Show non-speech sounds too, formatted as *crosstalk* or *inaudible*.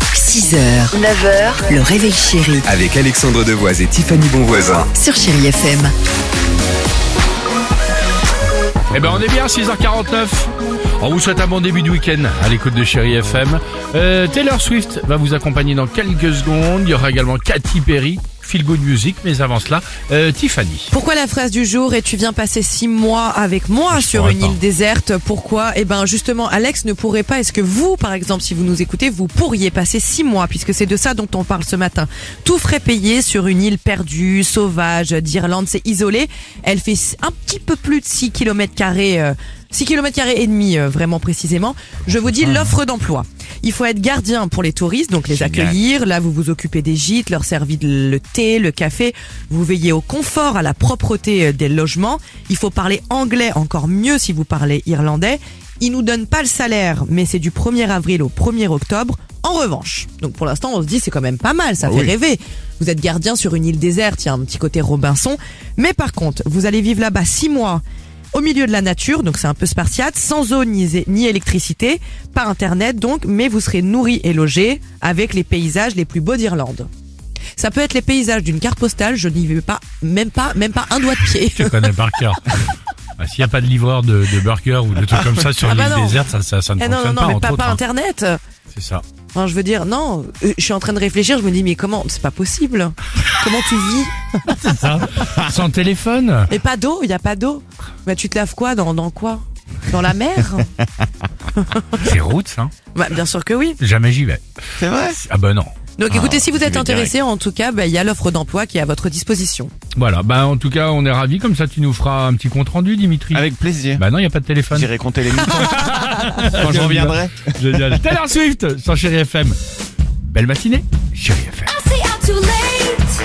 6h, 9h, le réveil chéri Avec Alexandre Devoise et Tiffany Bonvoisin. sur Chéri FM. Eh ben on est bien, 6h49. On vous souhaite un bon début de week-end à l'écoute de Chéri FM. Euh, Taylor Swift va vous accompagner dans quelques secondes. Il y aura également Katy Perry, Feel Good Music, mais avant cela, euh, Tiffany. Pourquoi la phrase du jour est tu viens passer six mois avec moi sur pourrais une pas. île déserte Pourquoi Eh ben justement, Alex ne pourrait pas. Est-ce que vous, par exemple, si vous nous écoutez, vous pourriez passer six mois puisque c'est de ça dont on parle ce matin. Tout frais payé sur une île perdue, sauvage d'Irlande, c'est isolé. Elle fait un petit peu plus de 6 km carrés. 6 km carrés et demi, euh, vraiment précisément. Je vous dis l'offre d'emploi. Il faut être gardien pour les touristes, donc les Ah. Génial. accueillir. Là, vous vous occupez des gîtes, leur servir de- le thé, le café. Vous veillez au confort, à la propreté euh, des logements. Il faut parler anglais, encore mieux si vous parlez irlandais. Ils nous donnent pas le salaire, mais c'est du 1er avril au 1er octobre. En revanche, donc pour l'instant, on se dit c'est quand même pas mal, ça fait rêver. Vous êtes gardien sur une île déserte, il y a un petit côté Robinson. Mais par contre, vous allez vivre là-bas six mois au milieu de la nature, donc c'est un peu spartiate, sans eau ni, ni électricité, pas internet donc, mais vous serez nourri et logé avec les paysages les plus beaux d'Irlande. Ça peut être les paysages d'une carte postale, je n'y vais pas, même pas, même pas un doigt de pied. *laughs* Je connais par *laughs* cœur. Bah, S'il n'y a pas de livreur de, de burger ou de trucs comme ça sur Ah une bah île non. déserte, ça, ça, ça ne Eh non, fonctionne non, non, pas, mais entre pas, autres. pas hein. internet. C'est ça. Enfin, je veux dire, non, euh, je suis en train de réfléchir, je me dis, mais comment, c'est pas possible. Comment tu vis Ça. Sans téléphone Mais pas d'eau, il n'y a pas d'eau. Bah, tu te laves quoi dans, dans quoi Dans la mer C'est route, ça. bah, Bien sûr que oui. Jamais j'y vais. C'est vrai Ah bah non. Donc écoutez, si vous vais êtes direct. intéressé, en tout cas, bah, il y a l'offre d'emploi qui est à votre disposition. Voilà, bah en tout cas, on est ravis. Comme ça, tu nous feras un petit compte-rendu, Dimitri. Ah Avec plaisir. Bah non, il n'y a pas de téléphone. J'irai compter *laughs* les moutons. Quand je reviendrai. Génial. Taylor Swift sur Chéri FM. Belle matinée, Chéri FM. stay out too late.